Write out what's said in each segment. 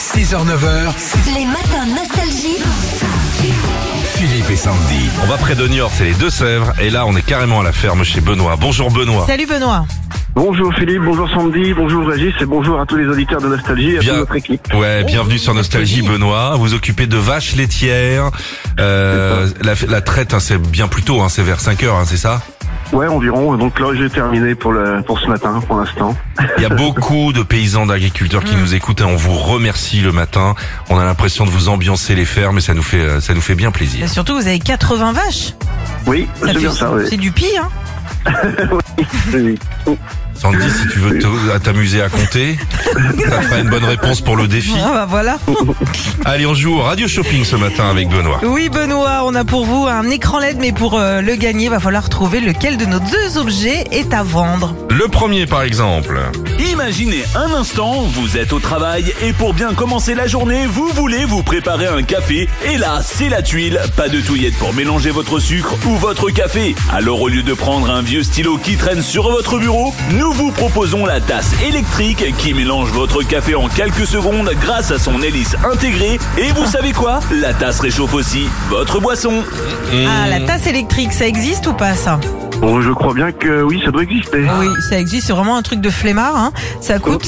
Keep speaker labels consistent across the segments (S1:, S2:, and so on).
S1: 6h-9h,
S2: Les matins nostalgie.
S1: Philippe et Sandy.
S3: On va près de Niort, c'est les Deux-Sèvres, et là on est carrément à la ferme chez Benoît. Bonjour Benoît.
S4: Salut Benoît.
S5: Bonjour Philippe, bonjour Sandy, bonjour Régis et bonjour à tous les auditeurs de Nostalgie et à
S3: Bien.
S5: toute notre équipe.
S3: Ouais, bienvenue sur Nostalgie Benoît. Vous occupez de vaches laitières. Euh, la, la traite, hein, c'est bien plus tôt, hein, c'est vers 5 heures, hein, c'est ça
S5: Ouais, environ. Donc là, j'ai terminé pour le pour ce matin, pour l'instant.
S3: Il y a beaucoup de paysans, d'agriculteurs qui nous écoutent et on vous remercie le matin. On a l'impression de vous ambiancer les fermes et ça nous fait, euh, ça nous fait bien
S4: Et
S3: plaisir.
S4: surtout, vous avez 80 vaches.
S5: Oui,
S4: Ça
S5: c'est
S4: fait-
S5: bien ça. Oui.
S4: C'est du pire. Hein.
S5: Oui.
S3: Sandy, si tu veux te- t'amuser à compter, ça te fera une bonne réponse pour le défi.
S4: Ah bah voilà.
S3: Allez, on joue au Radio Shopping ce matin avec Benoît.
S4: Oui Benoît, on a pour vous un écran LED, mais pour euh, le gagner, va falloir trouver lequel de nos deux objets est à vendre.
S3: Le premier par exemple.
S6: Imaginez un instant, vous êtes au travail et pour bien commencer la journée, vous voulez vous préparer un café et là, c'est la tuile, pas de touillette pour mélanger votre sucre ou votre café. Alors au lieu de prendre un vieux stylo qui traîne sur votre bureau, nous vous proposons la tasse électrique qui mélange votre café en quelques secondes grâce à son hélice intégrée et vous savez quoi La tasse réchauffe aussi votre boisson.
S7: Mmh.
S4: Ah, la tasse électrique, ça existe ou pas ça
S5: Bon, je crois bien que oui, ça doit exister.
S4: Ah
S7: Ah.
S4: Oui, ça existe, c'est vraiment un truc de flemmard. Hein. Ça coûte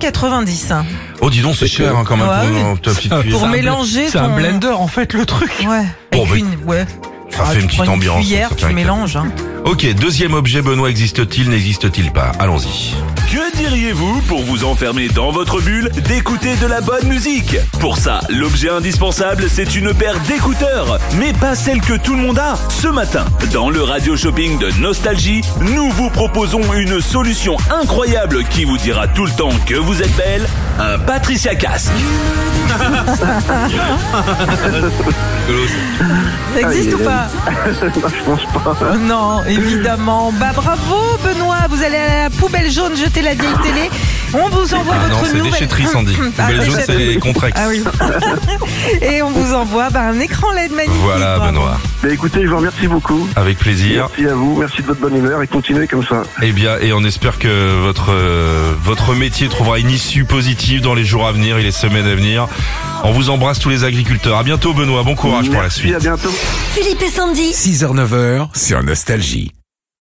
S4: 16,90€.
S3: Oh, dis donc, c'est cher hein, quand même
S4: Ouais,
S3: pour
S4: oui.
S3: euh, ta petite cuillère.
S4: Pour mélanger
S7: Ah, C'est un
S4: ton-
S7: blender en fait le truc.
S4: Ouais.
S3: Bon,
S4: Avec
S3: bah,
S4: une, ouais.
S3: ça
S4: Ah,
S3: fait
S4: tu
S3: une petite
S4: prends
S3: ambiance,
S4: Cuillère,
S3: ça fait
S4: tu
S3: un café.
S4: mélanges. hein.
S3: Ok, deuxième objet, Benoît, existe-t-il, n'existe-t-il pas Allons-y.
S6: Que diriez-vous pour vous enfermer dans votre bulle d'écouter de la bonne musique Pour ça, l'objet indispensable, c'est une paire d'écouteurs, mais pas celle que tout le monde a. Ce matin, dans le radio shopping de Nostalgie, nous vous proposons une solution incroyable qui vous dira tout le temps que vous êtes belle, un Patricia Casque.
S4: Ça existe
S5: Ah,
S4: ou
S5: il est
S4: pas
S5: je pense pas.
S4: Oh Non, évidemment. Bah bravo Benoît, vous allez à la poubelle jaune jeter la vieille télé. On vous envoie
S3: Ah
S4: votre
S3: non, c'est
S4: nouvelle
S3: déchetterie, Sandy.
S4: Ah,
S3: Poubelle jaune, c'est
S4: déchetterie.
S3: les Contrex.
S4: Ah oui. Et on vous envoie bah, un écran LED magnifique.
S3: Voilà,
S4: Bravo.
S3: Benoît.
S5: Mais écoutez, je vous remercie beaucoup.
S3: Avec plaisir.
S5: Merci à vous, merci de votre bonne humeur et continuez comme ça.
S3: Eh bien, et on espère que votre euh, votre métier trouvera une issue positive dans les jours à venir et les semaines à venir. On vous embrasse tous les agriculteurs. À bientôt, Benoît. Bon courage pour la
S5: merci,
S3: suite.
S5: à bientôt.
S2: Philippe et Sandy.
S1: 6h-9h sur Nostalgie.